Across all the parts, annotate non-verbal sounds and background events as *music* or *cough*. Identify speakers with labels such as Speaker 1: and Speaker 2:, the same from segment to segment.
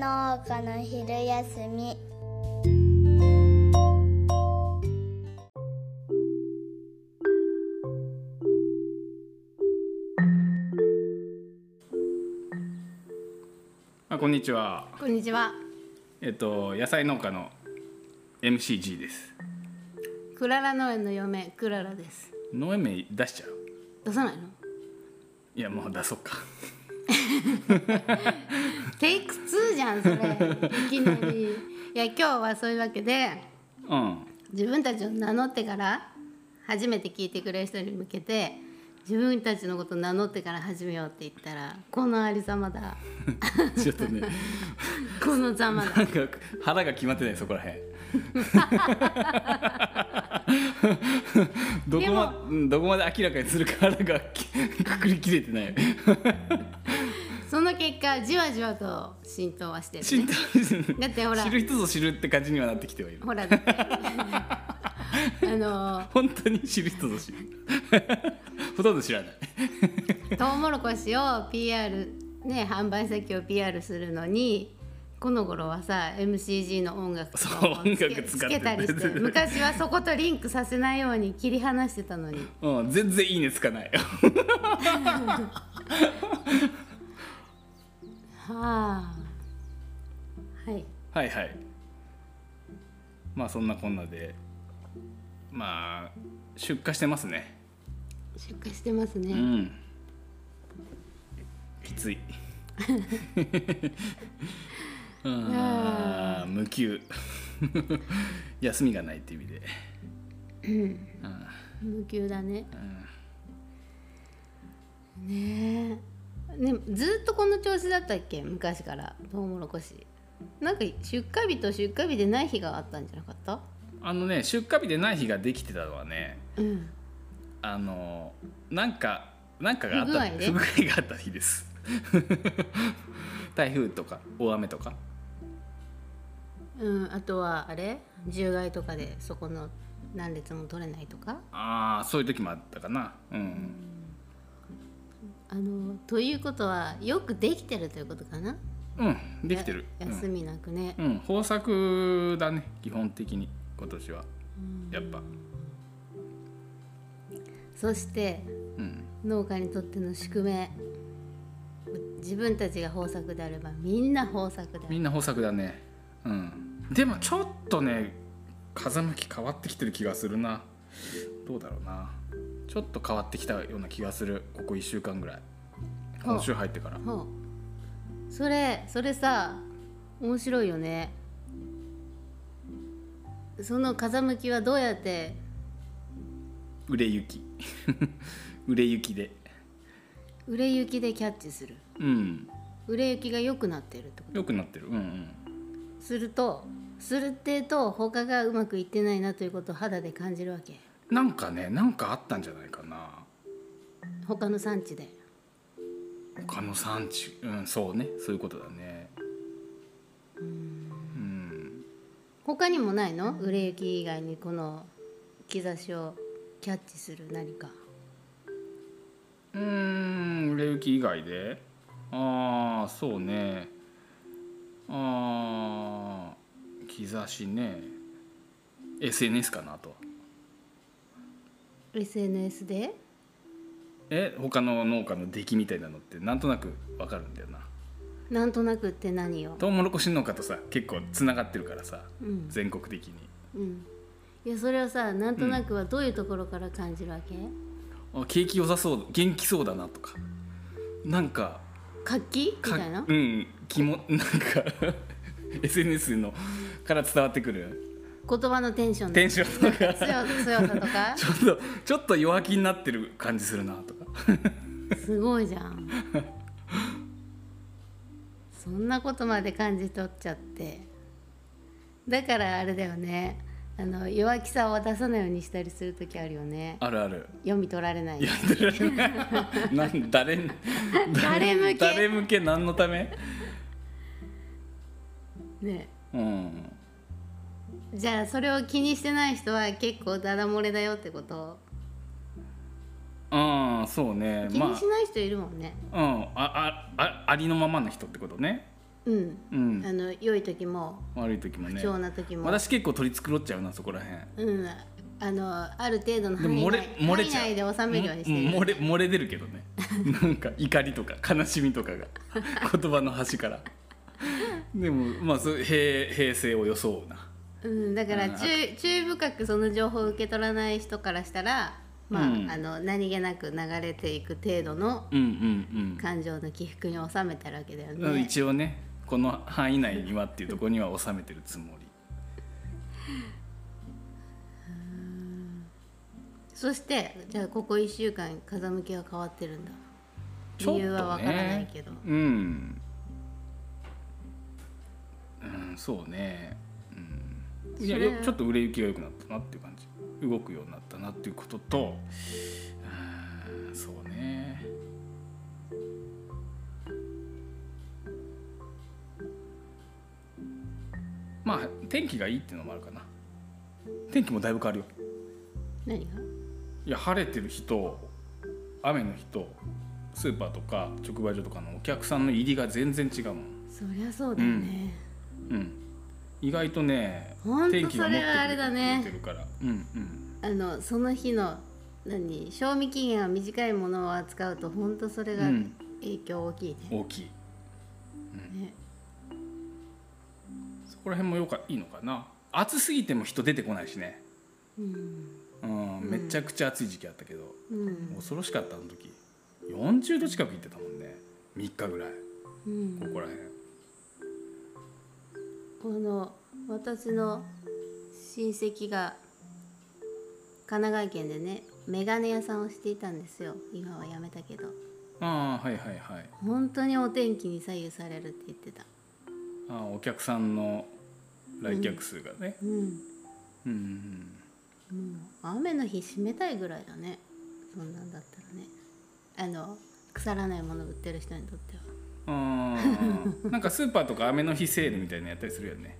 Speaker 1: 農家の昼休み
Speaker 2: あこんにちは。
Speaker 3: こんにちは。
Speaker 2: えっと野菜農家の MCG です。
Speaker 3: クララ農園の嫁、クララです。
Speaker 2: 農園名出しちゃう。
Speaker 3: 出さないの。
Speaker 2: いやもう出そうか。
Speaker 3: テイク2じゃ *laughs* ん、それ。いきなり。いや、今日はそういうわけで、
Speaker 2: うん。
Speaker 3: 自分たちを名乗ってから。初めて聞いてくれる人に向けて。自分たちのことを名乗ってから始めようって言ったら、このありさまだ。
Speaker 2: ちょっと *laughs* ね
Speaker 3: このざまだ。
Speaker 2: なんか腹が決まってないそこら *laughs* へん。どこまうんどこまで明らかにするか腹がきくくり切れてない。
Speaker 3: その結果、じわじわと浸透はしてる、
Speaker 2: 浸
Speaker 3: ね。
Speaker 2: 透
Speaker 3: だってほら
Speaker 2: 知る人ぞ知るって感じにはなってきてはいる。
Speaker 3: ほら。だって *laughs* あの
Speaker 2: 本当に知る人ぞ知る。 *laughs* ほとんど知らない。
Speaker 3: トウモロコシを PR ね販売先を PR するのにこの頃はさ MCG の音楽とか
Speaker 2: そう
Speaker 3: もつけ
Speaker 2: 音楽使
Speaker 3: つ
Speaker 2: って
Speaker 3: けたりして昔はそことリンクさせないように切り離してたのに
Speaker 2: うん全然いいねつかない。
Speaker 3: はあはい
Speaker 2: はいはいまあそんなこんなでまあ出荷してますね
Speaker 3: 出荷してますね、
Speaker 2: うんきつ
Speaker 3: *laughs*
Speaker 2: いあー無給 *laughs* 休みがないっていう意味で
Speaker 3: 無給だね、ねえねずっとこの調子だったっけ昔からトウモロコシなんか出荷日と出荷日でない日があったんじゃなかった
Speaker 2: あのね出荷日でない日ができてたのはね
Speaker 3: うん
Speaker 2: あのなんかなんかがあった
Speaker 3: 不具合ね
Speaker 2: 不具合があった日です *laughs* 台風とか大雨とか
Speaker 3: うん、あとはあれ獣害とかでそこの何列も取れないとか
Speaker 2: ああそういう時もあったかなうん
Speaker 3: あのということはよくできてるということかな
Speaker 2: うん、できてる。
Speaker 3: や休みなくね
Speaker 2: う、ん、うん、豊作だね、基本的に今年は。やっぱ、
Speaker 3: そして
Speaker 2: うん、
Speaker 3: 農家にとっての宿命自分たちが豊作であればみんな豊作であ
Speaker 2: み
Speaker 3: る
Speaker 2: んな豊作だね。うん、でもちょっとね、風向き変わってきてる気がするな。どうだろうな。ちょっと変わってきたような気がする、ここ1週間ぐらい。
Speaker 3: ほう
Speaker 2: 今週入ってから。
Speaker 3: ほうそれそれさ面白いよねその風向きはどうやって
Speaker 2: 売れ行き。 *laughs* 売れ行きで。
Speaker 3: 売れ行きでキャッチする
Speaker 2: うん、
Speaker 3: 売れ行きが良くなってるってこと
Speaker 2: 良くなってる。うん、うん。
Speaker 3: するとするってえと他がうまくいってないなということを肌で感じるわけ
Speaker 2: なんかね、なんかあったんじゃないかな。
Speaker 3: 他の産地で
Speaker 2: 他の産地うんそうねそういうことだねうん
Speaker 3: 他にもないの売れ行き以外にこの兆しをキャッチする何か
Speaker 2: うーん売れ行き以外でああそうねああ兆しね SNS かなと
Speaker 3: SNS で
Speaker 2: え他の農家の出来みたいなのってなんとなくわかるんだよな
Speaker 3: なんとなくって何を
Speaker 2: トウモロコシ農家とさ結構つながってるからさ
Speaker 3: うん
Speaker 2: 全国的に
Speaker 3: うんいやそれはさなんとなくはどういうところから感じるわけ、
Speaker 2: あ景気良さそう元気そうだなとかなんか
Speaker 3: 活気み
Speaker 2: か
Speaker 3: たいな
Speaker 2: うん気もなんか *laughs* SNS のから伝わってくる
Speaker 3: 言葉のテンション
Speaker 2: テ
Speaker 3: の
Speaker 2: ンションとか
Speaker 3: 強強さとか
Speaker 2: ちょっとちょっと弱気になってる感じするなとか
Speaker 3: すごいじゃん *laughs* そんなことまで感じ取っちゃってだからあれだよねあの弱気さを出さないようにしたりする時あるよね
Speaker 2: あるある
Speaker 3: 読み取られない
Speaker 2: いや誰なん誰に
Speaker 3: 誰向け
Speaker 2: 誰向け何のため
Speaker 3: ね
Speaker 2: うん
Speaker 3: じゃあそれを気にしてない人は結構ダダ漏れだよってこと
Speaker 2: ああそうね
Speaker 3: 気
Speaker 2: ま
Speaker 3: にしない人いるもんね、
Speaker 2: あうんあああありのままの人ってことね
Speaker 3: うん、
Speaker 2: うん
Speaker 3: あの良い時も
Speaker 2: 悪い時も
Speaker 3: 不
Speaker 2: ね
Speaker 3: 調な時も、
Speaker 2: 私結構取り繕っちゃうなそこらへん
Speaker 3: うんあのある程度の
Speaker 2: で
Speaker 3: 範
Speaker 2: も
Speaker 3: 囲
Speaker 2: 漏れ
Speaker 3: 内
Speaker 2: 漏れちゃう
Speaker 3: 範囲内で収めるようにして
Speaker 2: ん
Speaker 3: る、
Speaker 2: ん漏れ漏れ出るけど
Speaker 3: *laughs*
Speaker 2: ねなんか怒りとか悲しみとかが言葉の端からでもまあそう平平静を装うな
Speaker 3: うん、だから
Speaker 2: うん
Speaker 3: 注意注意深くその情報を受け取らない人からしたら、まあ
Speaker 2: うん
Speaker 3: あの何気なく流れていく程度の
Speaker 2: うんうん
Speaker 3: 感情の起伏に収めてるわけだ
Speaker 2: う
Speaker 3: よ
Speaker 2: ん、
Speaker 3: ね。
Speaker 2: 一応ねこの範囲内にはっていうところには収めてるつもり
Speaker 3: そしてじゃあここ1週間風向きが変わってるんだ
Speaker 2: ちょっとね
Speaker 3: 理由はわからないけど、
Speaker 2: うん、うん、そうね、うん、いや
Speaker 3: それ
Speaker 2: よちょっと売れ行きが良くなったなっていう感じ動くようになったなっていうこととうんそうねまあ天気がいいっていうのもあるかな天気もだいぶ変わるよ
Speaker 3: 何が
Speaker 2: いや晴れてる日と雨の日とスーパーとか直売所とかのお客さんの入りが全然違うもん、
Speaker 3: そりゃそうだよね、
Speaker 2: うん、意外とね
Speaker 3: ほんと
Speaker 2: 天気が持って
Speaker 3: それはあれだね
Speaker 2: くれてるから、うんうん、
Speaker 3: あのその日の何賞味期限が短いものを扱うと本当それが
Speaker 2: うん
Speaker 3: 影響大きいね,、
Speaker 2: 大きい
Speaker 3: ね
Speaker 2: そこら辺もよかいいのかな暑すぎても人出てこないしね、
Speaker 3: うん
Speaker 2: うん、めちゃくちゃ暑い時期あったけど、
Speaker 3: うん
Speaker 2: 恐ろしかったあの時40度近く行ってたもんね3日ぐらい
Speaker 3: うん
Speaker 2: ここら辺
Speaker 3: この私の親戚が神奈川県でねメガネ屋さんをしていたんですよ今はやめたけど
Speaker 2: ああはいはいはい
Speaker 3: 本当にお天気に左右されるって言ってた
Speaker 2: ああお客さんの来客数がね、
Speaker 3: うん
Speaker 2: うんうんうん
Speaker 3: もう雨の日閉めたいぐらいだねそんなんだったらねあの腐らないもの売ってる人にとっては
Speaker 2: あ *laughs* ーなんかスーパーとか雨の日セールみたいなのやったりするよね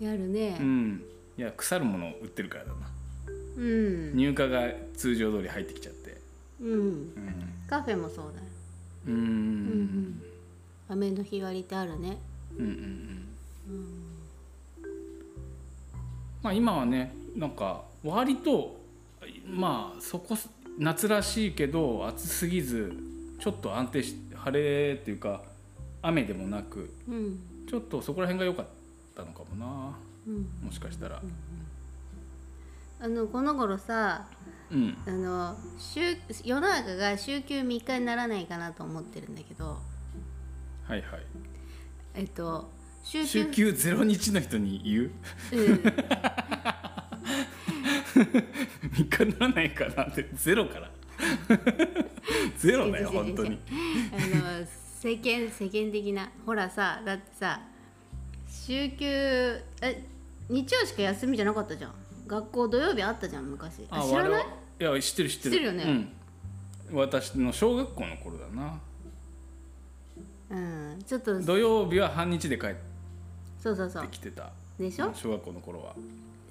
Speaker 3: やるね
Speaker 2: うんいや腐るものを売ってるからだな
Speaker 3: うん、
Speaker 2: 入荷が通常通り入ってきちゃって
Speaker 3: うん、
Speaker 2: うん
Speaker 3: カフェもそうだよ
Speaker 2: うんうん
Speaker 3: 雨の日割りってあるね
Speaker 2: うんうんまあ今はねなんか割とまあそこ夏らしいけど暑すぎずちょっと安定し晴れっていうか雨でもなく
Speaker 3: うん
Speaker 2: ちょっとそこら辺が良かったのかもな
Speaker 3: うん
Speaker 2: もしかしたら
Speaker 3: あのこの頃さ
Speaker 2: うん
Speaker 3: あの週世の中が週休3日にならないかなと思ってるんだけど
Speaker 2: はいはい
Speaker 3: えっと週休
Speaker 2: 週休ゼロ日の人に言う *laughs*
Speaker 3: うん
Speaker 2: 3日にならないかなってゼロから *laughs* ゼロ
Speaker 3: *laughs*
Speaker 2: だよ
Speaker 3: 全然
Speaker 2: 本当に
Speaker 3: あの世間世間的なほらさだってさ週休え日曜しか休みじゃなかったじゃん学校土曜日あったじゃん昔あ知らない
Speaker 2: 我々いや知ってる知ってる
Speaker 3: 知ってるよね、
Speaker 2: うん、私の小学校の頃だな
Speaker 3: うんちょっと
Speaker 2: 土曜日は半日で帰って
Speaker 3: そうそうそう
Speaker 2: きてた
Speaker 3: でしょ
Speaker 2: 小学校の頃は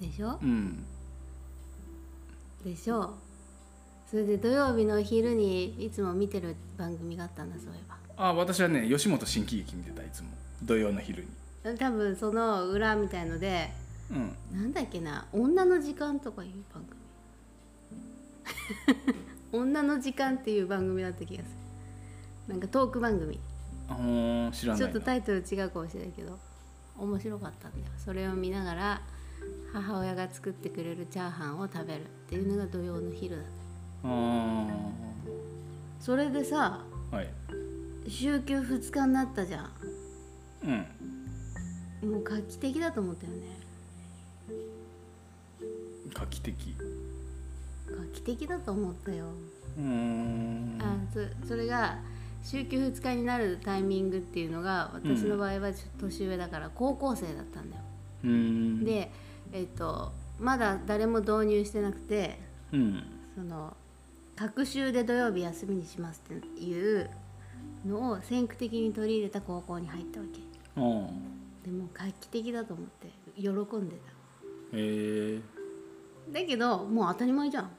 Speaker 3: でしょ
Speaker 2: うん
Speaker 3: でしょそれで土曜日の昼にいつも見てる番組があったんだそういえば
Speaker 2: あ私はね吉本新喜劇見てたいつも土曜の昼に
Speaker 3: 多分その裏みたいので
Speaker 2: うん
Speaker 3: なんだっけな女の時間とかいう番組 *laughs* 女の時間っていう番組だった気がするなんかトーク番組
Speaker 2: あのー知らない
Speaker 3: ち
Speaker 2: な
Speaker 3: ょっとタイトル違うかもしれないけど面白かったんだよそれを見ながら母親が作ってくれるチャーハンを食べるっていうのが土曜の昼だった
Speaker 2: あー
Speaker 3: それでさ
Speaker 2: はい
Speaker 3: 週休2日になったじゃ
Speaker 2: うん
Speaker 3: んもう画期的だと思ったよね
Speaker 2: 画期的
Speaker 3: 画期的だと思ったよ
Speaker 2: うーん
Speaker 3: あそそれが週休2日になるタイミングっていうのが私の場合はちょっと年上だから高校生だったんだよ、
Speaker 2: うーん
Speaker 3: でえっ、とまだ誰も導入してなくて
Speaker 2: うん
Speaker 3: その隔週で土曜日休みにしますっていうのを先駆的に取り入れた高校に入ったわけ
Speaker 2: あー
Speaker 3: でもう画期的だと思って喜んでた
Speaker 2: えー、
Speaker 3: だけどもう当たり前じゃん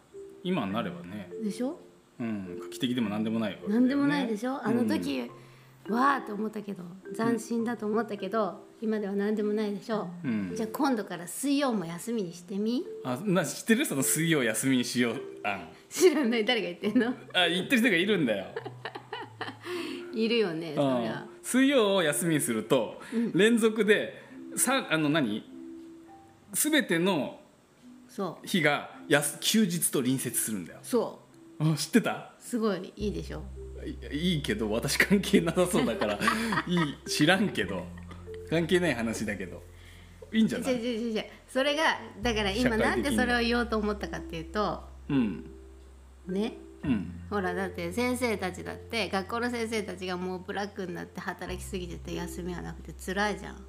Speaker 2: 今になればね
Speaker 3: でしょ
Speaker 2: うん画期的でも何でもないわけだよね
Speaker 3: なんでもないでしょ、あの時、わーって思ったけど斬新だと思ったけど、今では何でもないでしょう、
Speaker 2: うん
Speaker 3: じゃあ今度から水曜も休みにしてみ
Speaker 2: あな知ってるその水曜休みにしよう案
Speaker 3: 知らない誰が言ってんの
Speaker 2: あ言ってる人がいるんだよ、
Speaker 3: いるよね
Speaker 2: う
Speaker 3: そり
Speaker 2: ん
Speaker 3: ゃ、
Speaker 2: 水曜を休みにすると、連続でさあの何全ての
Speaker 3: そう
Speaker 2: 日がやす休日と隣接するんだよ
Speaker 3: そ
Speaker 2: あ知ってた
Speaker 3: うすごいいいでしょ
Speaker 2: いいいけど私関係なさそうだからいい知らんけど関係ない話だけどいいんじゃな
Speaker 3: 違う
Speaker 2: い
Speaker 3: 違う違う違うそれがだから
Speaker 2: 社会
Speaker 3: 今
Speaker 2: 的に
Speaker 3: なんでそれを言おうと思ったかっていうと
Speaker 2: うん
Speaker 3: ね
Speaker 2: うん
Speaker 3: ほらだって先生たちだって学校の先生たちがもうブラックになって働きすぎてて休みはなくて辛いじゃん、
Speaker 2: うん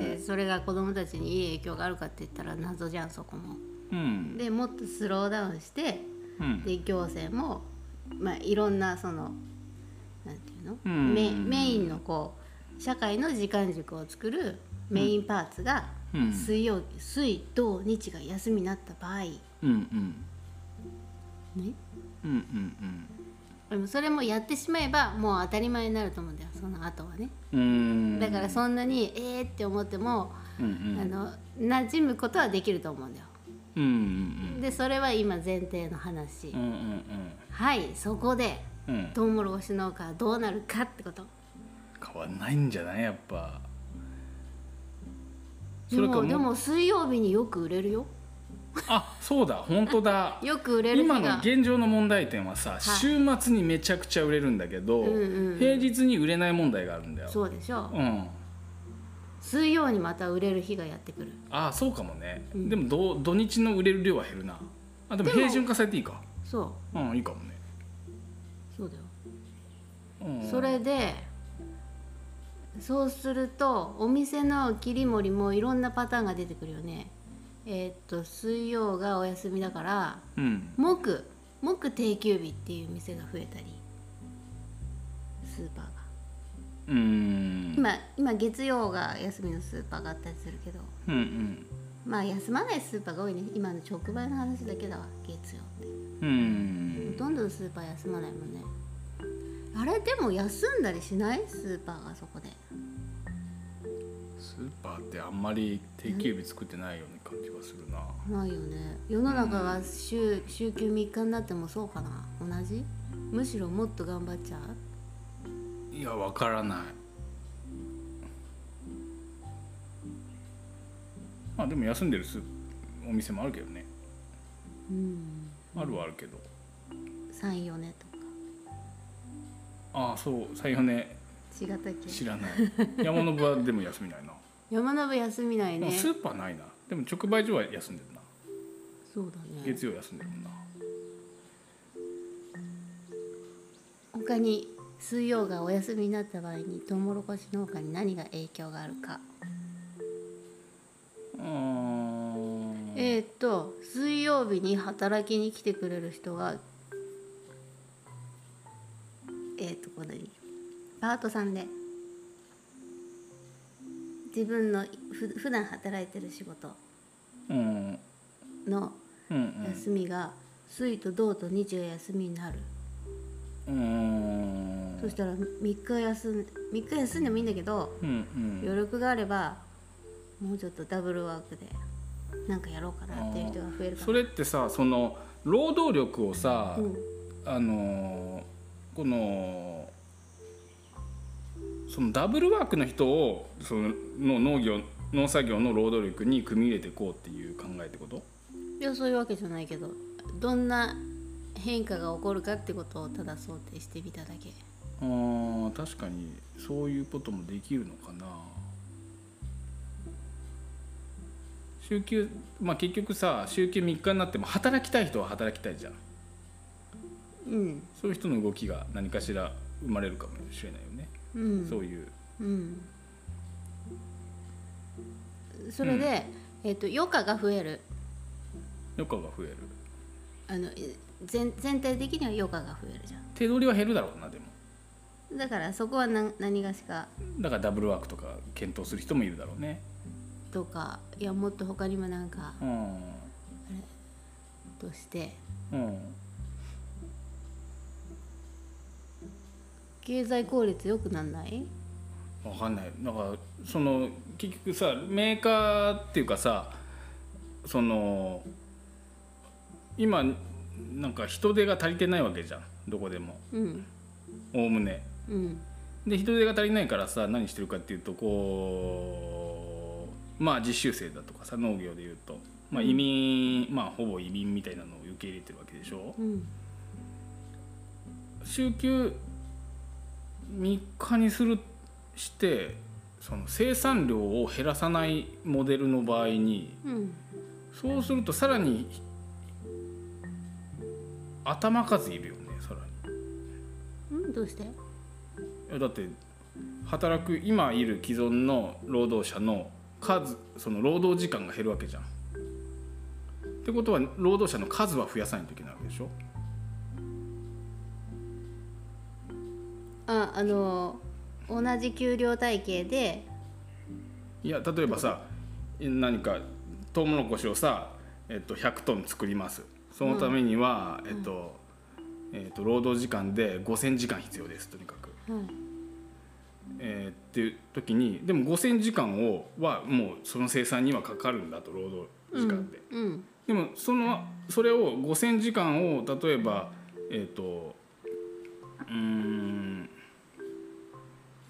Speaker 3: でそれが子供たちにいい影響があるかって言ったら謎じゃんそこも
Speaker 2: うん
Speaker 3: でもっとスローダウンして
Speaker 2: うん
Speaker 3: で行政も、まあ、いろんなそのなんていうの、
Speaker 2: うん
Speaker 3: メメインのこう社会の時間軸を作るメインパーツが
Speaker 2: うん
Speaker 3: 水曜、水土日が休みになった場合、
Speaker 2: うんうん
Speaker 3: ね、
Speaker 2: うんうん
Speaker 3: でもそれもやってしまえばもう当たり前になると思うんだよその後はね。
Speaker 2: うんうん
Speaker 3: だからそんなにえーって思っても、
Speaker 2: うんうん
Speaker 3: あの馴染むことはできると思うんだよ。
Speaker 2: うんうん
Speaker 3: でそれは今前提の話。
Speaker 2: うんうんうん
Speaker 3: はいそこで
Speaker 2: うんうん
Speaker 3: トウモロコシ農家はどうなるかってこと。
Speaker 2: 変わんないんじゃないやっぱ
Speaker 3: で
Speaker 2: それか
Speaker 3: も
Speaker 2: も
Speaker 3: でも水曜日によく売れるよ
Speaker 2: あそうだ本当だ
Speaker 3: よく売れる日が
Speaker 2: 今の現状の問題点はさ、週末にめちゃくちゃ売れるんだけど、
Speaker 3: うんうん
Speaker 2: 平日に売れない問題があるんだよ
Speaker 3: そうでしょう
Speaker 2: うん
Speaker 3: 水曜にまた売れる日がやってくる
Speaker 2: ああそうかもね、でもど土日の売れる量は減るなあでも
Speaker 3: でも
Speaker 2: 平準化されていいか
Speaker 3: そう
Speaker 2: うんいいかもね、
Speaker 3: そうだよ、
Speaker 2: うん、
Speaker 3: それでそうするとお店の切り盛りもいろんなパターンが出てくるよねえーっと水曜がお休みだから
Speaker 2: うん
Speaker 3: 木木定休日っていう店が増えたりスーパーが
Speaker 2: うーん
Speaker 3: 今今月曜が休みのスーパーがあったりするけど
Speaker 2: うんうん
Speaker 3: まあ休まないスーパーが多いね今の直売の話だけだわ月曜って
Speaker 2: うーん
Speaker 3: ほとんどのスーパー休まないもんねあれでも休んだりしないスーパーがそこで
Speaker 2: スーパーってあんまり定休日作ってないような感じがするな、
Speaker 3: ないよね世の中が週週休3日になってもそうかな同じむしろもっと頑張っちゃう
Speaker 2: いやわからないまあでも休んでるスーお店もあるけどね
Speaker 3: うん
Speaker 2: あるはあるけど
Speaker 3: 34年とか
Speaker 2: ああそう最後ね
Speaker 3: 違ったっけ
Speaker 2: 知らない
Speaker 3: *laughs*
Speaker 2: 山の部はでも休みないな、
Speaker 3: 山鍋休みない
Speaker 2: でも
Speaker 3: ね
Speaker 2: スーパーないなでも直売所は休んでるな
Speaker 3: そうだね
Speaker 2: 月曜休んでるもんな
Speaker 3: 他に水曜がお休みになった場合にトウモロコシ農家に何が影響があるか
Speaker 2: うーん
Speaker 3: えーっと水曜日に働きに来てくれる人がえーっとこれにパートさんで自分のふ普段働いてる仕事
Speaker 2: うん
Speaker 3: の
Speaker 2: うんうん
Speaker 3: 休みが水と土と日が休みになる、
Speaker 2: うーん
Speaker 3: そしたら3日休ん3日休んでもいいんだけど
Speaker 2: うんうん
Speaker 3: 余力があればもうちょっとダブルワークでなんかやろうかなっていう人が増えるか
Speaker 2: それってさその労働力をさ、
Speaker 3: なうん
Speaker 2: あのーこのそのダブルワークの人をそのの農業農作業の労働力に組み入れていこうっていう考えってこと
Speaker 3: いやそういうわけじゃないけどどんな変化が起こるかってことをただ想定してみただけ
Speaker 2: あー確かにそういうこともできるのかな週休まあ結局さ週休3日になっても働きたい人は働きたいじゃん
Speaker 3: うん
Speaker 2: そういう人の動きが何かしら生まれるかもしれないよね、
Speaker 3: うん
Speaker 2: そういう
Speaker 3: うんそれで、えっと余暇が増える
Speaker 2: 余暇が増える
Speaker 3: あのえ全全体的には余暇が増えるじゃ
Speaker 2: 手取りは減るだろうなでも
Speaker 3: んだからそこは何何がしか
Speaker 2: だからダブルワークとか検討する人もいるだろうね。
Speaker 3: とかいやもっと他にもなんか
Speaker 2: うん。
Speaker 3: として
Speaker 2: うん。
Speaker 3: 経済効率良くなんない
Speaker 2: わかんないなんかその結局さメーカーっていうかさその今なんか人手が足りてないわけじゃんどこでも
Speaker 3: うん
Speaker 2: おおむね
Speaker 3: うん
Speaker 2: で人手が足りないからさ何してるかっていうとこうまあ実習生だとかさ農業でいうと、まあ、移民、まあほぼ移民みたいなのを受け入れてるわけでしょ
Speaker 3: うん
Speaker 2: 週休3日にするしてその生産量を減らさないモデルの場合に
Speaker 3: うん
Speaker 2: そうするとさらに頭数いるよねさらに。
Speaker 3: うんどうして
Speaker 2: いやだって働く今いる既存の労働者の数その労働時間が減るわけじゃん。ってことは労働者の数は増やさないといけないわけでしょ
Speaker 3: ああの同じ給料体系で
Speaker 2: いや例えばさ何かトウモロコシをさ、えっと、100トン作りますそのためには、えっとえっと、労働時間で5,000時間必要ですとにかく、
Speaker 3: はい
Speaker 2: えーっていう時にでも5,000時間をはもうその生産にはかかるんだと労働時間で、
Speaker 3: うん
Speaker 2: でもそのそれを5,000時間を例えばえっ、とうーん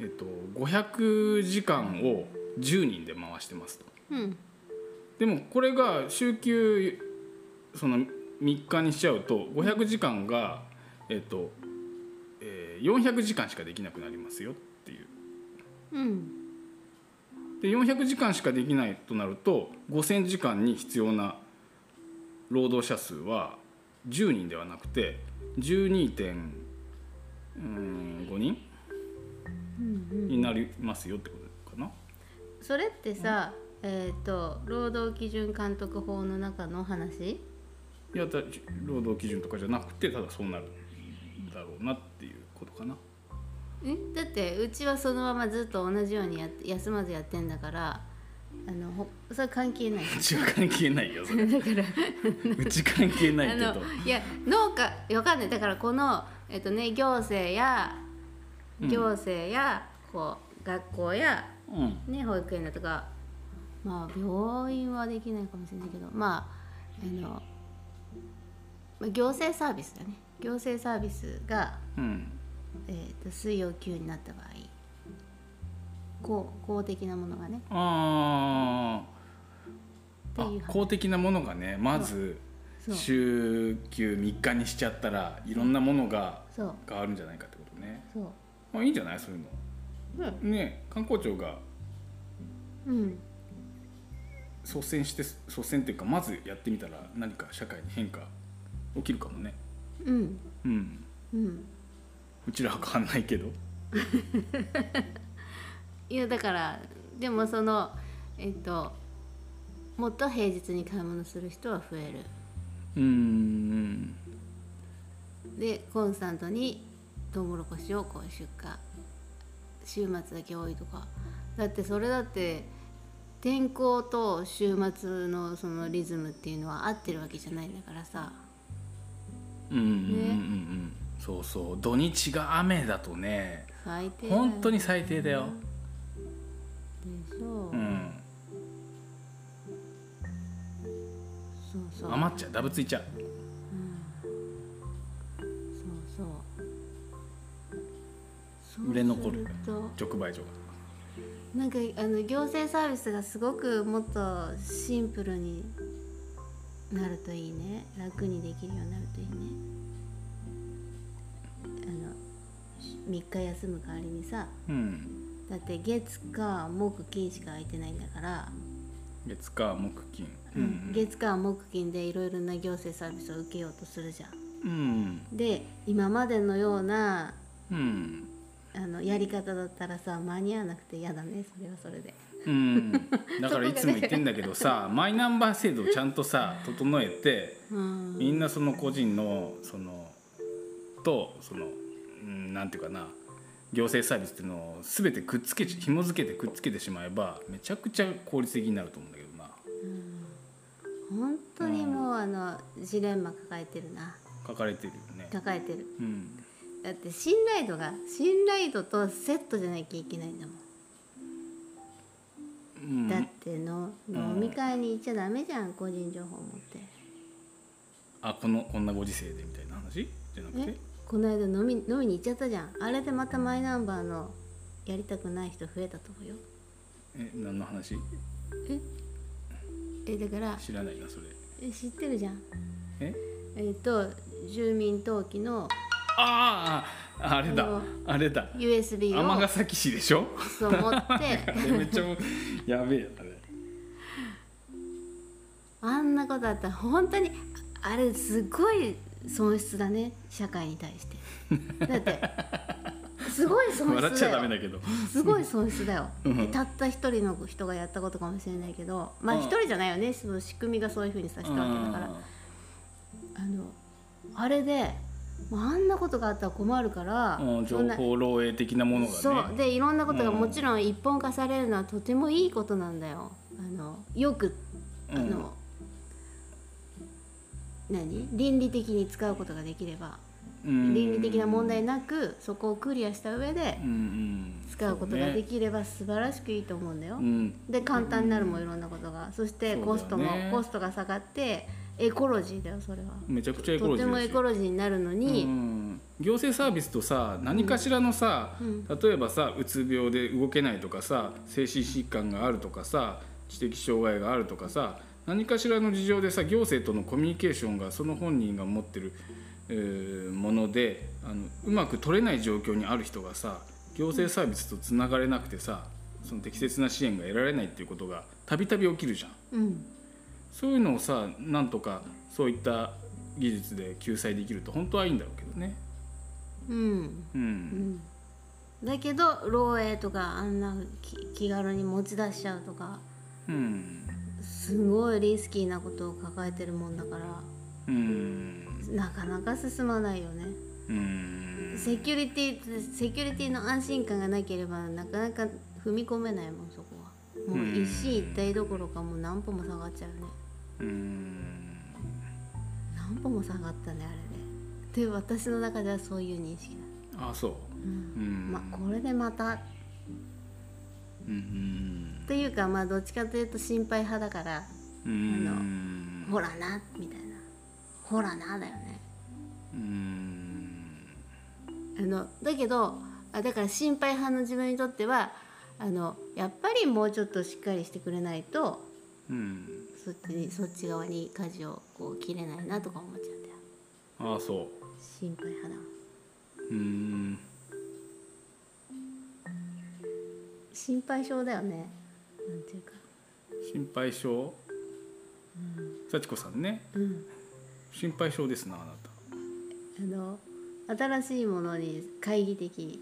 Speaker 2: えっ、と500時間を10人で回してますと。
Speaker 3: うん
Speaker 2: でもこれが週休その3日にしちゃうと500時間がえっ、と、えー400時間しかできなくなりますよっていう。
Speaker 3: うん
Speaker 2: で400時間しかできないとなると5,000時間に必要な労働者数は10人ではなくて12.5人になりますよってことかな。
Speaker 3: それってさ、えっ、と労働基準監督法の中の話
Speaker 2: いやだ労働基準とかじゃなくてただそうなるんだろうなっていうことかな。 *laughs*
Speaker 3: えだってうちはそのままずっと同じようにやって休まずやってんだからあのほそれ関係ない
Speaker 2: うちは関係ない
Speaker 3: *laughs*
Speaker 2: よそれ。
Speaker 3: だから
Speaker 2: うち関係ないけ
Speaker 3: あ
Speaker 2: ど
Speaker 3: の。いや農家わかんないだからこの、えっとね、行政や
Speaker 2: うん
Speaker 3: 行政や、こう学校や、
Speaker 2: うん。
Speaker 3: ね、保育園だとかまあ病院はできないかもしれないけどまああのまあ行政サービスだね行政サービスが、
Speaker 2: うん。
Speaker 3: えっと水曜休になった場合公公的なものがね
Speaker 2: あー
Speaker 3: っ
Speaker 2: あ
Speaker 3: ていう話。
Speaker 2: 公的なものがねまず
Speaker 3: そう
Speaker 2: 週休3日にしちゃったらいろんなものが
Speaker 3: そう
Speaker 2: 変わるんじゃないかってことね。
Speaker 3: そう
Speaker 2: まあいいんじゃないそういう
Speaker 3: うん
Speaker 2: の。ね観光庁が
Speaker 3: うん
Speaker 2: 率先して率先っていうかまずやってみたら何か社会に変化起きるかもね。
Speaker 3: うん
Speaker 2: うん。
Speaker 3: うん
Speaker 2: うちらは変わんないけど。
Speaker 3: いやだからでもそのえっともっと平日に買い物する人は増える
Speaker 2: うーん。
Speaker 3: でコンスタントにトウモロコシをこう出荷週末だけ多いとかだってそれだって天候と週末のそのリズムっていうのは合ってるわけじゃないんだからさ
Speaker 2: うんうんうんうん。そうそう土日が雨だとね
Speaker 3: 最低だよ
Speaker 2: 本当に最低だよ。
Speaker 3: でしょう、
Speaker 2: うん。
Speaker 3: そうそう
Speaker 2: 余っちゃうダブついちゃう
Speaker 3: そうそう
Speaker 2: 売れ残る
Speaker 3: そうすと
Speaker 2: 直売所が
Speaker 3: なんかあの行政サービスがすごくもっとシンプルになるといいね楽にできるようになるといいねあのし3日休む代わりにさ
Speaker 2: うん
Speaker 3: だって月火木金しか空いてないんだから、
Speaker 2: 月火木金うん
Speaker 3: 月火木金でいろいろな行政サービスを受けようとするじゃん
Speaker 2: うん
Speaker 3: で今までのような
Speaker 2: うん
Speaker 3: あのやり方だったらさ間に合わなくて嫌だねそれはそれで *laughs*
Speaker 2: うんだからいつも言ってんだけどさマイナンバー制度をちゃんとさ整えて
Speaker 3: うん
Speaker 2: みんなその個人のそのとそのうんなんていうかな行政サービスっていうのを全てくっつけち紐付けてくっつけてしまえばめちゃくちゃ効率的になると思うんだけどな
Speaker 3: 本当にもうあのジレンマ抱えてるな
Speaker 2: 書かれてるよね
Speaker 3: 抱えてる
Speaker 2: うん
Speaker 3: だって信頼度が信頼度とセットじゃなきゃいけないんだも
Speaker 2: う
Speaker 3: ん、
Speaker 2: ん
Speaker 3: だっての飲み会に行っちゃダメじゃん個人情報持って
Speaker 2: あこのこんなご時世でみたいな話じゃなくて
Speaker 3: ねこの間飲み飲みに行っちゃったじゃんあれでまたマイナンバーのやりたくない人増えたと思うよ
Speaker 2: え何の話
Speaker 3: ええだから
Speaker 2: 知らないなそれ
Speaker 3: え知ってるじゃん
Speaker 2: え
Speaker 3: えっと住民登記の
Speaker 2: あーあーあれ
Speaker 3: あ
Speaker 2: だ
Speaker 3: の
Speaker 2: あれだ
Speaker 3: USB
Speaker 2: 尼
Speaker 3: を
Speaker 2: 崎市でしょ
Speaker 3: そう持って
Speaker 2: *laughs* あれめっちゃもうやべえあれ
Speaker 3: あんなことあったら本当にああれすごい損失だね社会に対してだってすごい損失だよ
Speaker 2: 笑っちゃダメだけど
Speaker 3: すごい損失だよ、
Speaker 2: うん
Speaker 3: でたった一人の人がやったことかもしれないけどまあ
Speaker 2: うん
Speaker 3: 一人じゃないよねその仕組みがそういうふうにさせたわけだからあのあれでもうあんなことがあったら困るから
Speaker 2: うんうん情
Speaker 3: そんな
Speaker 2: 報漏洩的なものがね
Speaker 3: そうでいろんなことがもちろん一本化されるのはとてもいいことなんだよ。あのよくあ
Speaker 2: うん
Speaker 3: の、何倫理的に使うことができれば
Speaker 2: うん
Speaker 3: 倫理的な問題なくそこをクリアした上で
Speaker 2: うんうん
Speaker 3: 使うことがで
Speaker 2: る
Speaker 3: きれば素晴らしくいいと思うんだよ。
Speaker 2: うん
Speaker 3: で簡単になるもんいろんなことがそしてコストも、
Speaker 2: そうだよね
Speaker 3: コストが下がってエコロジーだよそれは。
Speaker 2: めちゃくちゃエコ
Speaker 3: と
Speaker 2: ロジ
Speaker 3: て
Speaker 2: ー
Speaker 3: も
Speaker 2: だ
Speaker 3: エ
Speaker 2: し
Speaker 3: コロジーになるの
Speaker 2: う
Speaker 3: に、
Speaker 2: ん行政サービスとさ何かしらのさ、
Speaker 3: うん
Speaker 2: 例えばさうつ病で動けないとかさ精神疾患があるとかさ知的障害があるとかさ何かしらの事情でさ行政とのコミュニケーションがその本人が持ってる、えーものであのうまく取れない状況にある人がさ行政サービスとつながれなくてさその適切な支援が得られないっていうことがたびたび起きるじゃん。
Speaker 3: うん
Speaker 2: そういうのをさなんとかそういった技術で救済できると本当はいいんだろうけどね。
Speaker 3: うん
Speaker 2: う、
Speaker 3: うんんだけど漏洩とかあんなき気軽に持ち出しちゃうとか
Speaker 2: うん、
Speaker 3: すごいリスキーなことを抱えてるもんだから
Speaker 2: うん、
Speaker 3: なかなか進まないよね
Speaker 2: うん、
Speaker 3: セキュリティセキュリティの安心感がなければなかなか踏み込めないもんそこはもう一進一退どころかもう何歩も下がっちゃうね
Speaker 2: うん、
Speaker 3: 何歩も下がったねあれでで私の中ではそういう認識だ、
Speaker 2: あ、そうう。うんん、
Speaker 3: まあこれでまた
Speaker 2: うん、
Speaker 3: というかまあどっちかというと心配派だから
Speaker 2: うん、うん、
Speaker 3: ほらなみたいなほらなだよね
Speaker 2: うん、
Speaker 3: あのだけどあだから心配派の自分にとってはあのやっぱりもうちょっとしっかりしてくれないと
Speaker 2: うん、
Speaker 3: そっちにそっち側に舵をこう切れないなとか思っちゃうんだよ
Speaker 2: あ、そ
Speaker 3: 心配派だもん
Speaker 2: う。うん、
Speaker 3: 心配性だよねなんていうか
Speaker 2: 心配性。幸子さんね、
Speaker 3: うん
Speaker 2: 心配性ですな、あなた。
Speaker 3: あの新しいものに懐疑的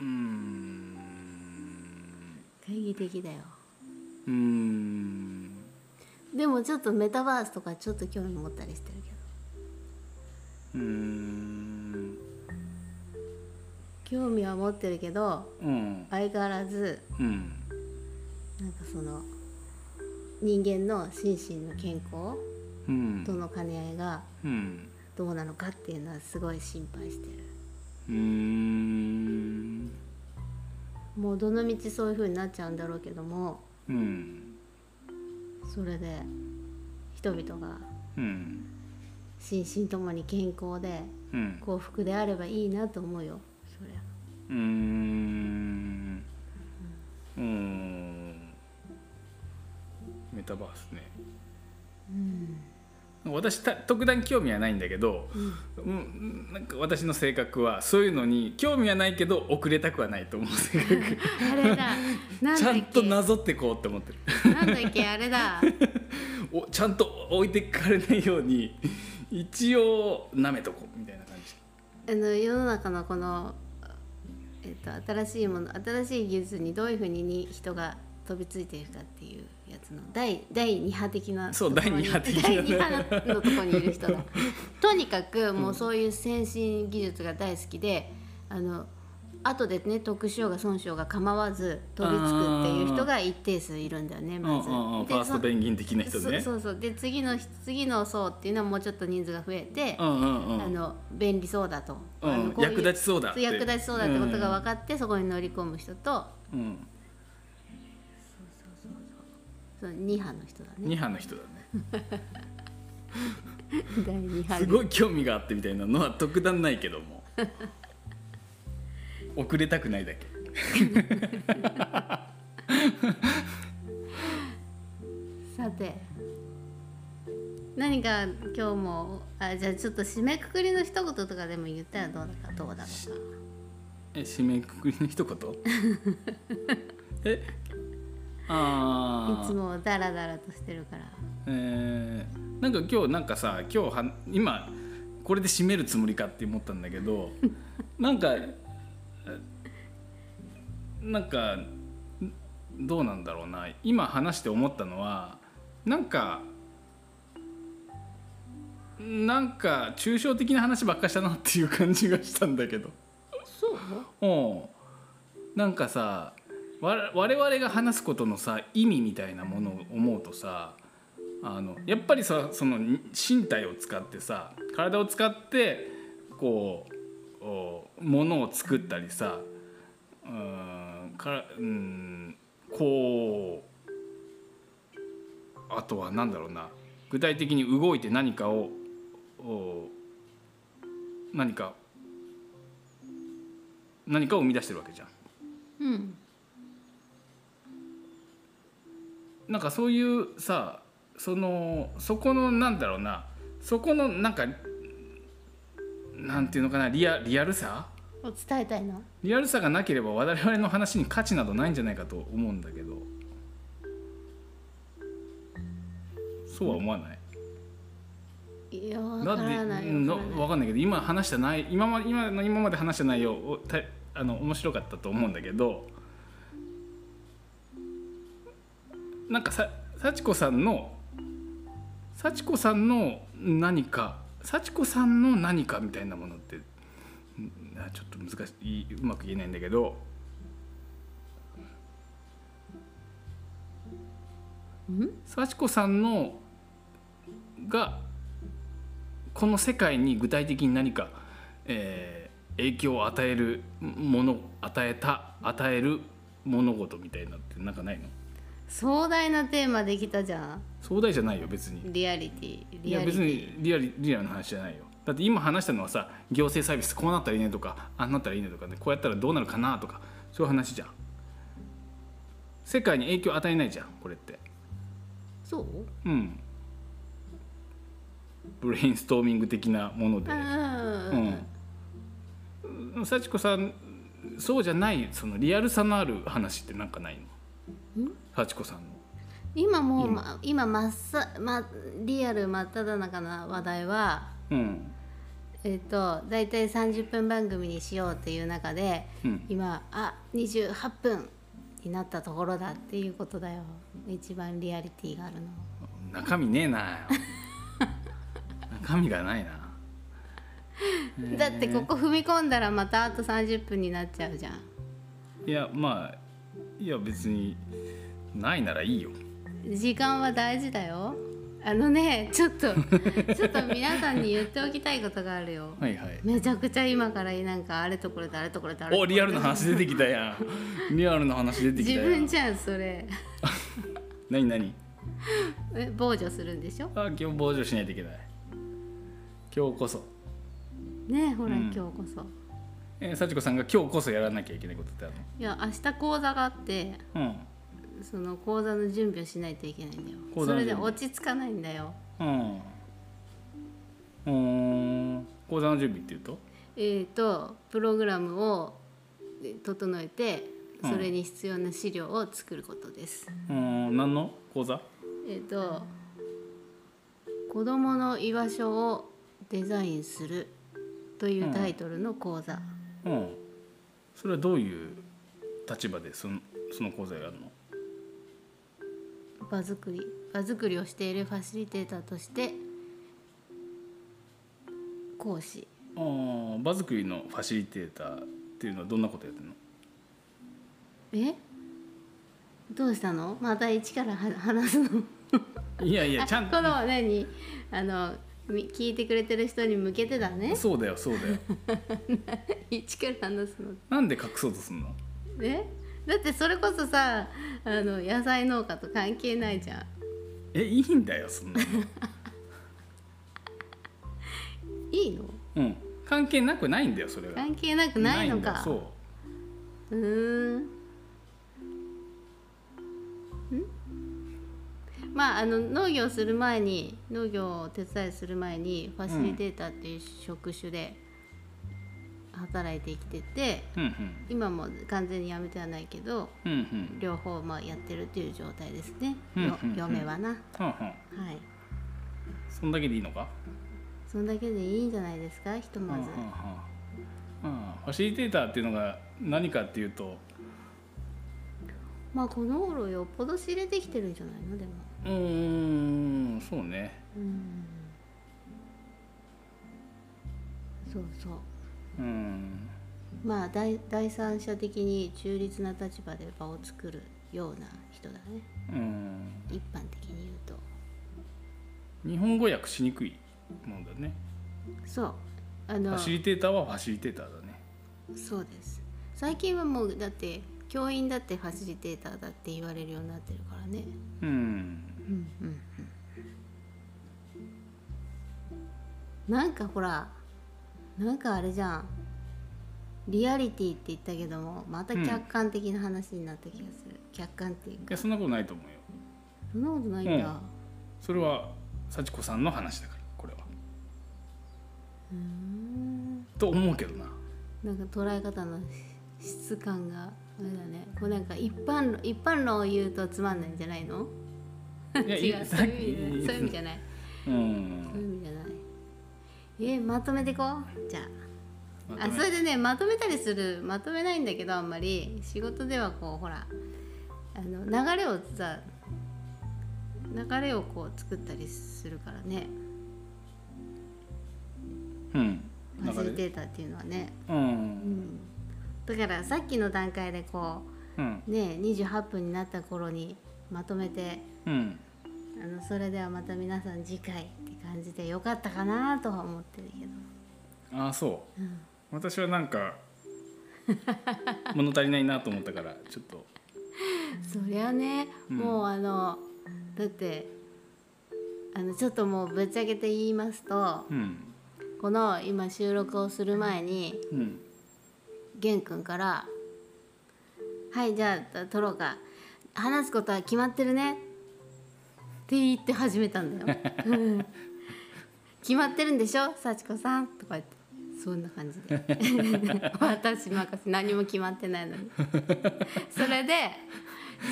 Speaker 2: うん、
Speaker 3: 懐疑的だよ
Speaker 2: うん。
Speaker 3: でもちょっとメタバースとかちょっと興味持ったりしてるけど
Speaker 2: うーん
Speaker 3: 興味は持ってるけど
Speaker 2: うん
Speaker 3: 相変わらず
Speaker 2: うん
Speaker 3: なんかその人間の心身の健康
Speaker 2: うん
Speaker 3: との兼ね合いが
Speaker 2: うん
Speaker 3: どうなのかっていうのはすごい心配してる
Speaker 2: うーん
Speaker 3: もうどの道そういう風になっちゃうんだろうけども
Speaker 2: うん
Speaker 3: それで人々が
Speaker 2: うん
Speaker 3: 心身ともに健康で
Speaker 2: うん
Speaker 3: 幸福であればいいなと思うよ
Speaker 2: *laughs*
Speaker 3: そりゃ
Speaker 2: うーんうーんメタバースね
Speaker 3: うん
Speaker 2: 私た特段興味はないんだけど、うん、なんか私の性格はそういうのに興味はないけど遅れたくはないと思う性格
Speaker 3: あれだなん
Speaker 2: ち
Speaker 3: だ
Speaker 2: ゃ
Speaker 3: っ
Speaker 2: んと
Speaker 3: け
Speaker 2: なぞってこうって思ってる
Speaker 3: なんだっけあれだ
Speaker 2: おちゃんと置いてかれないように一応なめとこうみたいな感じ
Speaker 3: あの世の中のこの、えっと、新しいもの新しい技術にどういうふうにに人が飛びついていくかっていうやつの第第2波的な
Speaker 2: そう
Speaker 3: ところに
Speaker 2: 第二波的なね
Speaker 3: 第二波のところにいる
Speaker 2: *laughs*
Speaker 3: 人だとにかくもうそういう先進技術が大好きであの後でね得しようが損しようが構わず飛びつくっていう人が一定数いるんだよね
Speaker 2: うんう
Speaker 3: まず。
Speaker 2: んうん、フ
Speaker 3: で
Speaker 2: ァーストペンギン的な
Speaker 3: そ
Speaker 2: 人
Speaker 3: そう
Speaker 2: ね
Speaker 3: そうそうで次の次の層っていうのはもうちょっと人数が増えて、
Speaker 2: うんうんうん
Speaker 3: あの便利そうだと、
Speaker 2: うん
Speaker 3: あのこういう
Speaker 2: 役立ちそうだって
Speaker 3: 役立ちそうだってことが分かって、そこに乗り込む人と
Speaker 2: うん、
Speaker 3: その2波の人だ
Speaker 2: 二
Speaker 3: ね
Speaker 2: 派の人だね
Speaker 3: *laughs* 第2波
Speaker 2: すごい興味があってみたいなのは *laughs* 特段ないけど
Speaker 3: *laughs*
Speaker 2: も遅れたくないだけ
Speaker 3: さて何か今日もあじゃあちょっと締めくくりの一言とかでも言ったらどうだかどうだろう
Speaker 2: え締めくくりの一
Speaker 3: *laughs*
Speaker 2: 言え
Speaker 3: か
Speaker 2: あ
Speaker 3: い
Speaker 2: あ
Speaker 3: つもダラダラとしてるから
Speaker 2: えーなんか今日なんかさ今日は今これで締めるつもりかって思ったんだけ
Speaker 3: *laughs*
Speaker 2: どなんかえなんかんどうなんだろうな今話して思ったのはなんかなんか抽象的な話ばっかしたなっていう感じがしたんだけど。
Speaker 3: そう
Speaker 2: うん、なんかさわ我々が話すことのさ意味みたいなものを思うとさあのやっぱりさそのに身体を使ってさ体を使ってこうお物を作ったりさうーんからうーんこうあとは何だろうな具体的に動いて何かをお何か何かを生み出してるわけじゃん。
Speaker 3: うん
Speaker 2: なんかそういうさそのそこのなんだろうなそこのなんかなんていうのかなリアリアルさ
Speaker 3: お伝えたいの
Speaker 2: リアルさがなければ我々の話に価値などないんじゃないかと思うんだけどそうは思わない
Speaker 3: いやわ
Speaker 2: だ
Speaker 3: か
Speaker 2: って
Speaker 3: らない
Speaker 2: うんの
Speaker 3: わからない
Speaker 2: わかんないけど今話したない今ま今の今まで話した内容をたあの面白かったと思うんだけどなんかさ幸子さんの幸子さんの何か幸子さんの何かみたいなものってんあちょっと難しいうまく言えないんだけど幸子さんのがこの世界に具体的に何か、えー影響を与えるもの与えた与える物事みたいなってなんかないの
Speaker 3: 壮大なテーマできたじゃん
Speaker 2: 壮大じゃないよ別に
Speaker 3: リアリティ
Speaker 2: い
Speaker 3: リ
Speaker 2: や
Speaker 3: アリ
Speaker 2: 別
Speaker 3: ティ
Speaker 2: にリアリリアルな話じゃないよだって今話したのはさ行政サービスこうなったらいいねとかあんなったらいいねとかねこうやったらどうなるかなとかそういう話じゃん世界に影響を与えないじゃんこれって
Speaker 3: そう
Speaker 2: うんブレインストーミング的なもので
Speaker 3: うん
Speaker 2: うん、幸子さんそうじゃないそのリアルさのある話ってなんかないの幸子さんの
Speaker 3: 今もう、ま、今まっさ、ま、リアル真っ只中な話題は
Speaker 2: うん
Speaker 3: えっ、と大体30分番組にしようっていう中で、
Speaker 2: うん
Speaker 3: 今あ28分になったところだっていうことだよ一番リアリティがあるの
Speaker 2: 中身ねえ *laughs* な中身がないな
Speaker 3: だってここ踏み込んだらまたあと30分になっちゃうじゃん
Speaker 2: いやまあいや別にないならいいよ
Speaker 3: 時間は大事だよあのねちょっとちょっと皆さんに言っておきたいことがあるよ
Speaker 2: はいはい
Speaker 3: めちゃくちゃ今からなんかあれとこれだあれとこれだあれと
Speaker 2: お
Speaker 3: これだ
Speaker 2: リアルな話出てきたや *laughs* んリアルな話出てき
Speaker 3: 自
Speaker 2: たや
Speaker 3: 分
Speaker 2: ん
Speaker 3: じゃんそれ *laughs*
Speaker 2: 何何
Speaker 3: え傍聴するんでしょ
Speaker 2: あ今日傍聴しないといけない今日こそ
Speaker 3: ねえほら、
Speaker 2: うん
Speaker 3: 今日こそ
Speaker 2: えー幸子さんが今日こそやらなきゃいけないことってある
Speaker 3: いや明日講座があって
Speaker 2: の
Speaker 3: その講座の準備をしないといけないんだよ
Speaker 2: 講座
Speaker 3: そ
Speaker 2: の準
Speaker 3: れで
Speaker 2: 備
Speaker 3: 落ち着かないんだよ
Speaker 2: うんうんうーん講座の準備っていうと
Speaker 3: えー、とプログラムをえ整えて
Speaker 2: うん
Speaker 3: それに必要な資料を作ることです、
Speaker 2: うーん何の講座
Speaker 3: えー、と子どもの居場所をデザインするというタイトルの講座、
Speaker 2: うんそれはどういう立場でそのその講座やるの
Speaker 3: 場作り場作りをしているファシリテーターとして講師
Speaker 2: あー場作りのファシリテーターっていうのはどんなことやってるの
Speaker 3: えどうしたのまた一からは話すの
Speaker 2: いやいやちゃ
Speaker 3: あ
Speaker 2: ん
Speaker 3: *laughs* ことの何あのみ聞いてくれてる人に向けてだね
Speaker 2: そうだよそうだよ
Speaker 3: *laughs* 一から話すの
Speaker 2: なんで隠そうとすんの
Speaker 3: ねだってそれこそさあの野菜農家と関係ないじゃん
Speaker 2: えいいんだよそんなの
Speaker 3: いいの
Speaker 2: うん関係なくないんだよそれが
Speaker 3: 関係なくないの
Speaker 2: んだよ
Speaker 3: か
Speaker 2: そう
Speaker 3: うーんんまああの農業する前に農業をお手伝いする前にファシリテーターっていう職種で働いてきてて、
Speaker 2: うん
Speaker 3: 今も完全に辞めてはないけど
Speaker 2: うんうんうん
Speaker 3: 両方まあやってるっていう状態ですね、
Speaker 2: うん
Speaker 3: よ
Speaker 2: うんうん
Speaker 3: 嫁はなは
Speaker 2: はんはん
Speaker 3: い
Speaker 2: そんだけでいいのか
Speaker 3: そんだけでいいんじゃないですかひとまず、
Speaker 2: うんうんうんうんファシリテーターっていうのが何かっていうと
Speaker 3: まあこの頃よっぽど仕入れてきてるんじゃないのでも
Speaker 2: うーんそうね
Speaker 3: うんそうそう
Speaker 2: うん
Speaker 3: まあ第第三者的に中立な立場で場を作るような人だね
Speaker 2: うん
Speaker 3: 一般的に言うと
Speaker 2: 日本語訳しにくいもんだね
Speaker 3: そうあ
Speaker 2: フ
Speaker 3: の
Speaker 2: ァシリテーターはファシリテーターだね
Speaker 3: そうです最近はもうだって教員だってファシリテーターだって言われるようになってるからね
Speaker 2: うん
Speaker 3: うんうんうんなんかほらなんかあれじゃんリアリティって言ったけどもまた客観的な話になった気がする、客観っていう
Speaker 2: い
Speaker 3: か
Speaker 2: やそんなことないと思うよ
Speaker 3: そんなことないんだ、
Speaker 2: それは幸子さんの話だからこれは
Speaker 3: うーん
Speaker 2: と思うけ
Speaker 3: *laughs*
Speaker 2: どな
Speaker 3: なんか捉え方の質感があれだねこうなんか一般論一般論を言うとつまんないんじゃないの
Speaker 2: いや
Speaker 3: 違
Speaker 2: いうい
Speaker 3: そういう意味じゃない
Speaker 2: い
Speaker 3: そういう意味じゃない
Speaker 2: うん
Speaker 3: そういう意味じゃないえまとめてこうじゃあ
Speaker 2: まと
Speaker 3: あ
Speaker 2: め
Speaker 3: それでねまとめたりするまとめないんだけどあんまり仕事ではこうほらあの流れをさ流れをこう作ったりするからね
Speaker 2: うん
Speaker 3: ファシリ
Speaker 2: 流れ
Speaker 3: テーターっていうのはね、
Speaker 2: う
Speaker 3: うんん、だからさっきの段階でこ
Speaker 2: うん
Speaker 3: うね28分になった頃にまとめて
Speaker 2: うん
Speaker 3: あのそれではまた皆さん次回って感じでよかったかなとは思ってるけど、
Speaker 2: ああそう
Speaker 3: うん、
Speaker 2: 私はなんか物足りないなと思ったからちょっと
Speaker 3: そりゃね、
Speaker 2: うん
Speaker 3: もうあのだってあのちょっともうぶっちゃけて言いますと
Speaker 2: うん
Speaker 3: この今収録をする前に
Speaker 2: うん
Speaker 3: 玄君から「はいじゃあ撮ろうか話すことは決まってるね」って言って始めたんだよ。うん決まってるんでしょ幸子さんとか言ってそんな感じで私任せ何も決まってないのにそれで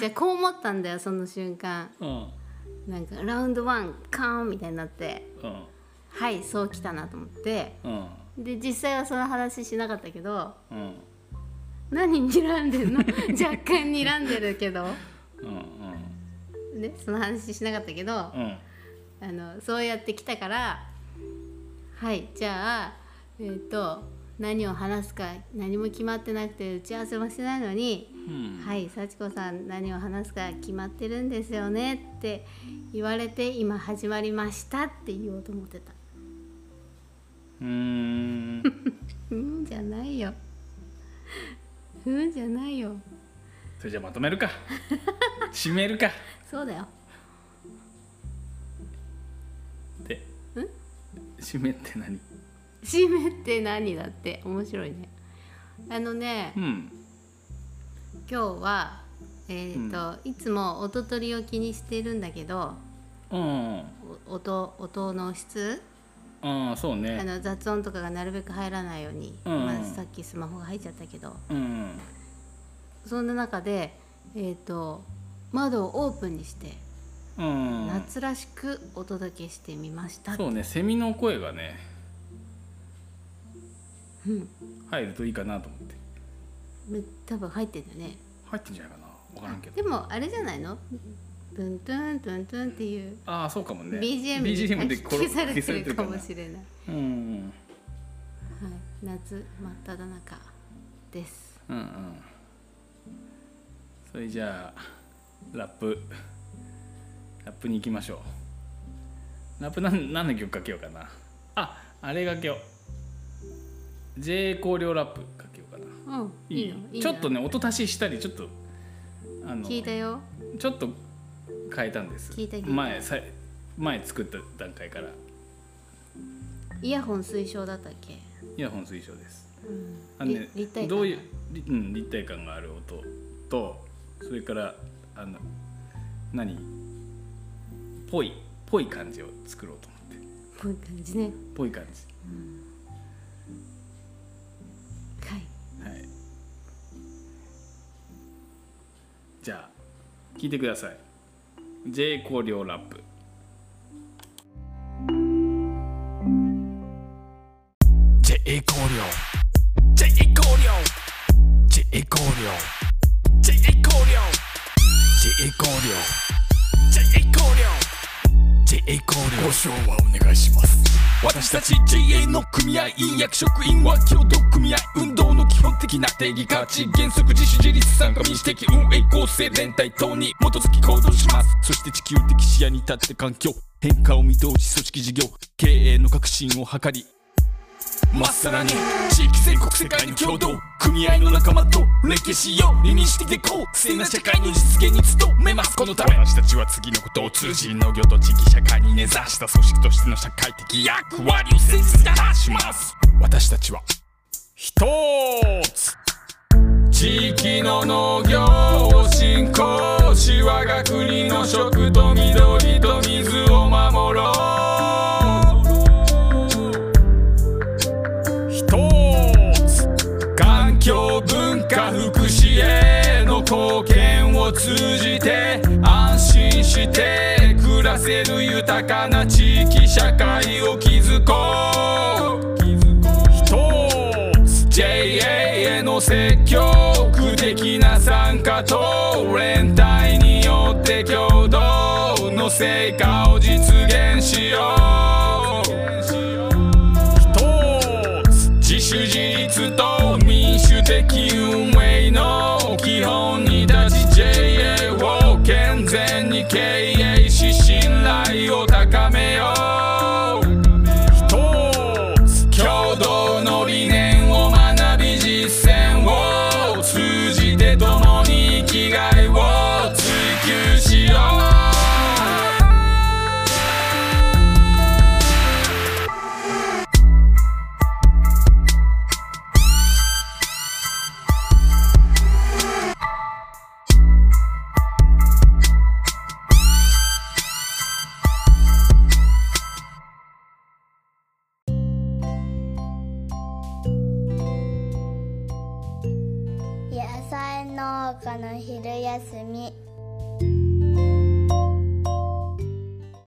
Speaker 3: じゃあこう思ったんだよその瞬間
Speaker 2: うん
Speaker 3: なんかラウンドワンカーンみたいになって
Speaker 2: うん
Speaker 3: はいそうきたなと思って
Speaker 2: うん
Speaker 3: で実際はその話しなかったけど
Speaker 2: うん
Speaker 3: 何睨んでんの *laughs* 若干睨んでるけど
Speaker 2: うんうん
Speaker 3: ねその話しなかったけどあ
Speaker 2: うん
Speaker 3: のそうやってきたからはいじゃあえっ、と何を話すか何も決まってなくて打ち合わせもしてないのに
Speaker 2: うん
Speaker 3: はい、幸子さん何を話すか決まってるんですよねって言われて今始まりましたって言おうと思ってた
Speaker 2: うーん
Speaker 3: ふーんじゃないよふーんじゃないよ
Speaker 2: それじゃあまとめ
Speaker 3: *laughs*
Speaker 2: るか締めるか
Speaker 3: そうだよ
Speaker 2: で締めって何
Speaker 3: 締めって何だって面白いねあのね
Speaker 2: うん
Speaker 3: 今日はえっ、と、いつも音取りを気にしてるんだけど
Speaker 2: うん
Speaker 3: お音音の質
Speaker 2: ああそう
Speaker 3: あ
Speaker 2: ね
Speaker 3: の雑音とかがなるべく入らないように、
Speaker 2: うんうん
Speaker 3: まあ、さっきスマホが入っちゃったけど
Speaker 2: うん
Speaker 3: そんな中で、えー、と窓をオープンにして、
Speaker 2: うん
Speaker 3: 夏らしくお届けしてみました
Speaker 2: そうねセミの声がね
Speaker 3: うん
Speaker 2: 入るといいかなと思って
Speaker 3: め多分入ってんだよね
Speaker 2: 入ってんじゃないかな分からんけど
Speaker 3: でもあれじゃないのトゥントゥントゥントゥンっていう、
Speaker 2: ああそうかもね
Speaker 3: BGM に
Speaker 2: BGM で
Speaker 3: 消され
Speaker 2: 消さ
Speaker 3: て
Speaker 2: れて
Speaker 3: る
Speaker 2: る
Speaker 3: か
Speaker 2: か
Speaker 3: も
Speaker 2: な
Speaker 3: しれない、はい、
Speaker 2: うん
Speaker 3: 夏真っ只中です
Speaker 2: うんうんそれじゃあラップラップに行きましょうラップなん何の曲かけようかなああれがけよう J 香料ラップかけようかな
Speaker 3: うん
Speaker 2: いい
Speaker 3: いい
Speaker 2: よ
Speaker 3: のいい
Speaker 2: ちょっと
Speaker 3: ね
Speaker 2: ね音足ししたりちょっとあの
Speaker 3: 聞いたよ
Speaker 2: ちょっと変えたんです
Speaker 3: 聞いた聞いた
Speaker 2: 前さ前作った段階から
Speaker 3: イヤホン推奨だったっけ、 *laughs*
Speaker 2: イヤホン推奨です
Speaker 3: うん
Speaker 2: あのね
Speaker 3: り立体感
Speaker 2: どういう、りうん、立体感がある音とそれからあの何ぽいぽい感じを作ろうと思って
Speaker 3: こういう感じね
Speaker 2: ぽい感じ
Speaker 3: はい
Speaker 2: はいじゃあ聞いてください J 香料ラップ
Speaker 4: 这一口料，这一口料，这一口料，这一口料，这一口料，这一口料，这一口料。ご唱和お願いします。私たち JA の組合員役職員は共同組合運動の基本的な定義価値原則自主自立参加民主的運営構成連帯等に基づき行動しますそして地球的視野に立って環境変化を見通し組織事業経営の革新を図りまっさらに地域全国世界の共同組合の仲間と歴史を理にしていこう正な社会の実現に努めますこのため私たちは次のことを通じ農業と地域社会に根ざした組織としての社会的役割を切実に果たします私たちは一つ地域の農業を振興し我が国の食と緑と水を守ろう一つ環境文化福祉への貢献を通じて安心して暮らせる豊かな地域社会を築こう一つ JA への積極的な参加と連帯によって共同の成果を実現しよう一つ自主自立と民主的運営の基本に立ち JA を健全に経営し信頼を高めよう一つ共同の理念を学び実践を通じて共に生きがいを追求しよう
Speaker 1: 野菜農家の昼休み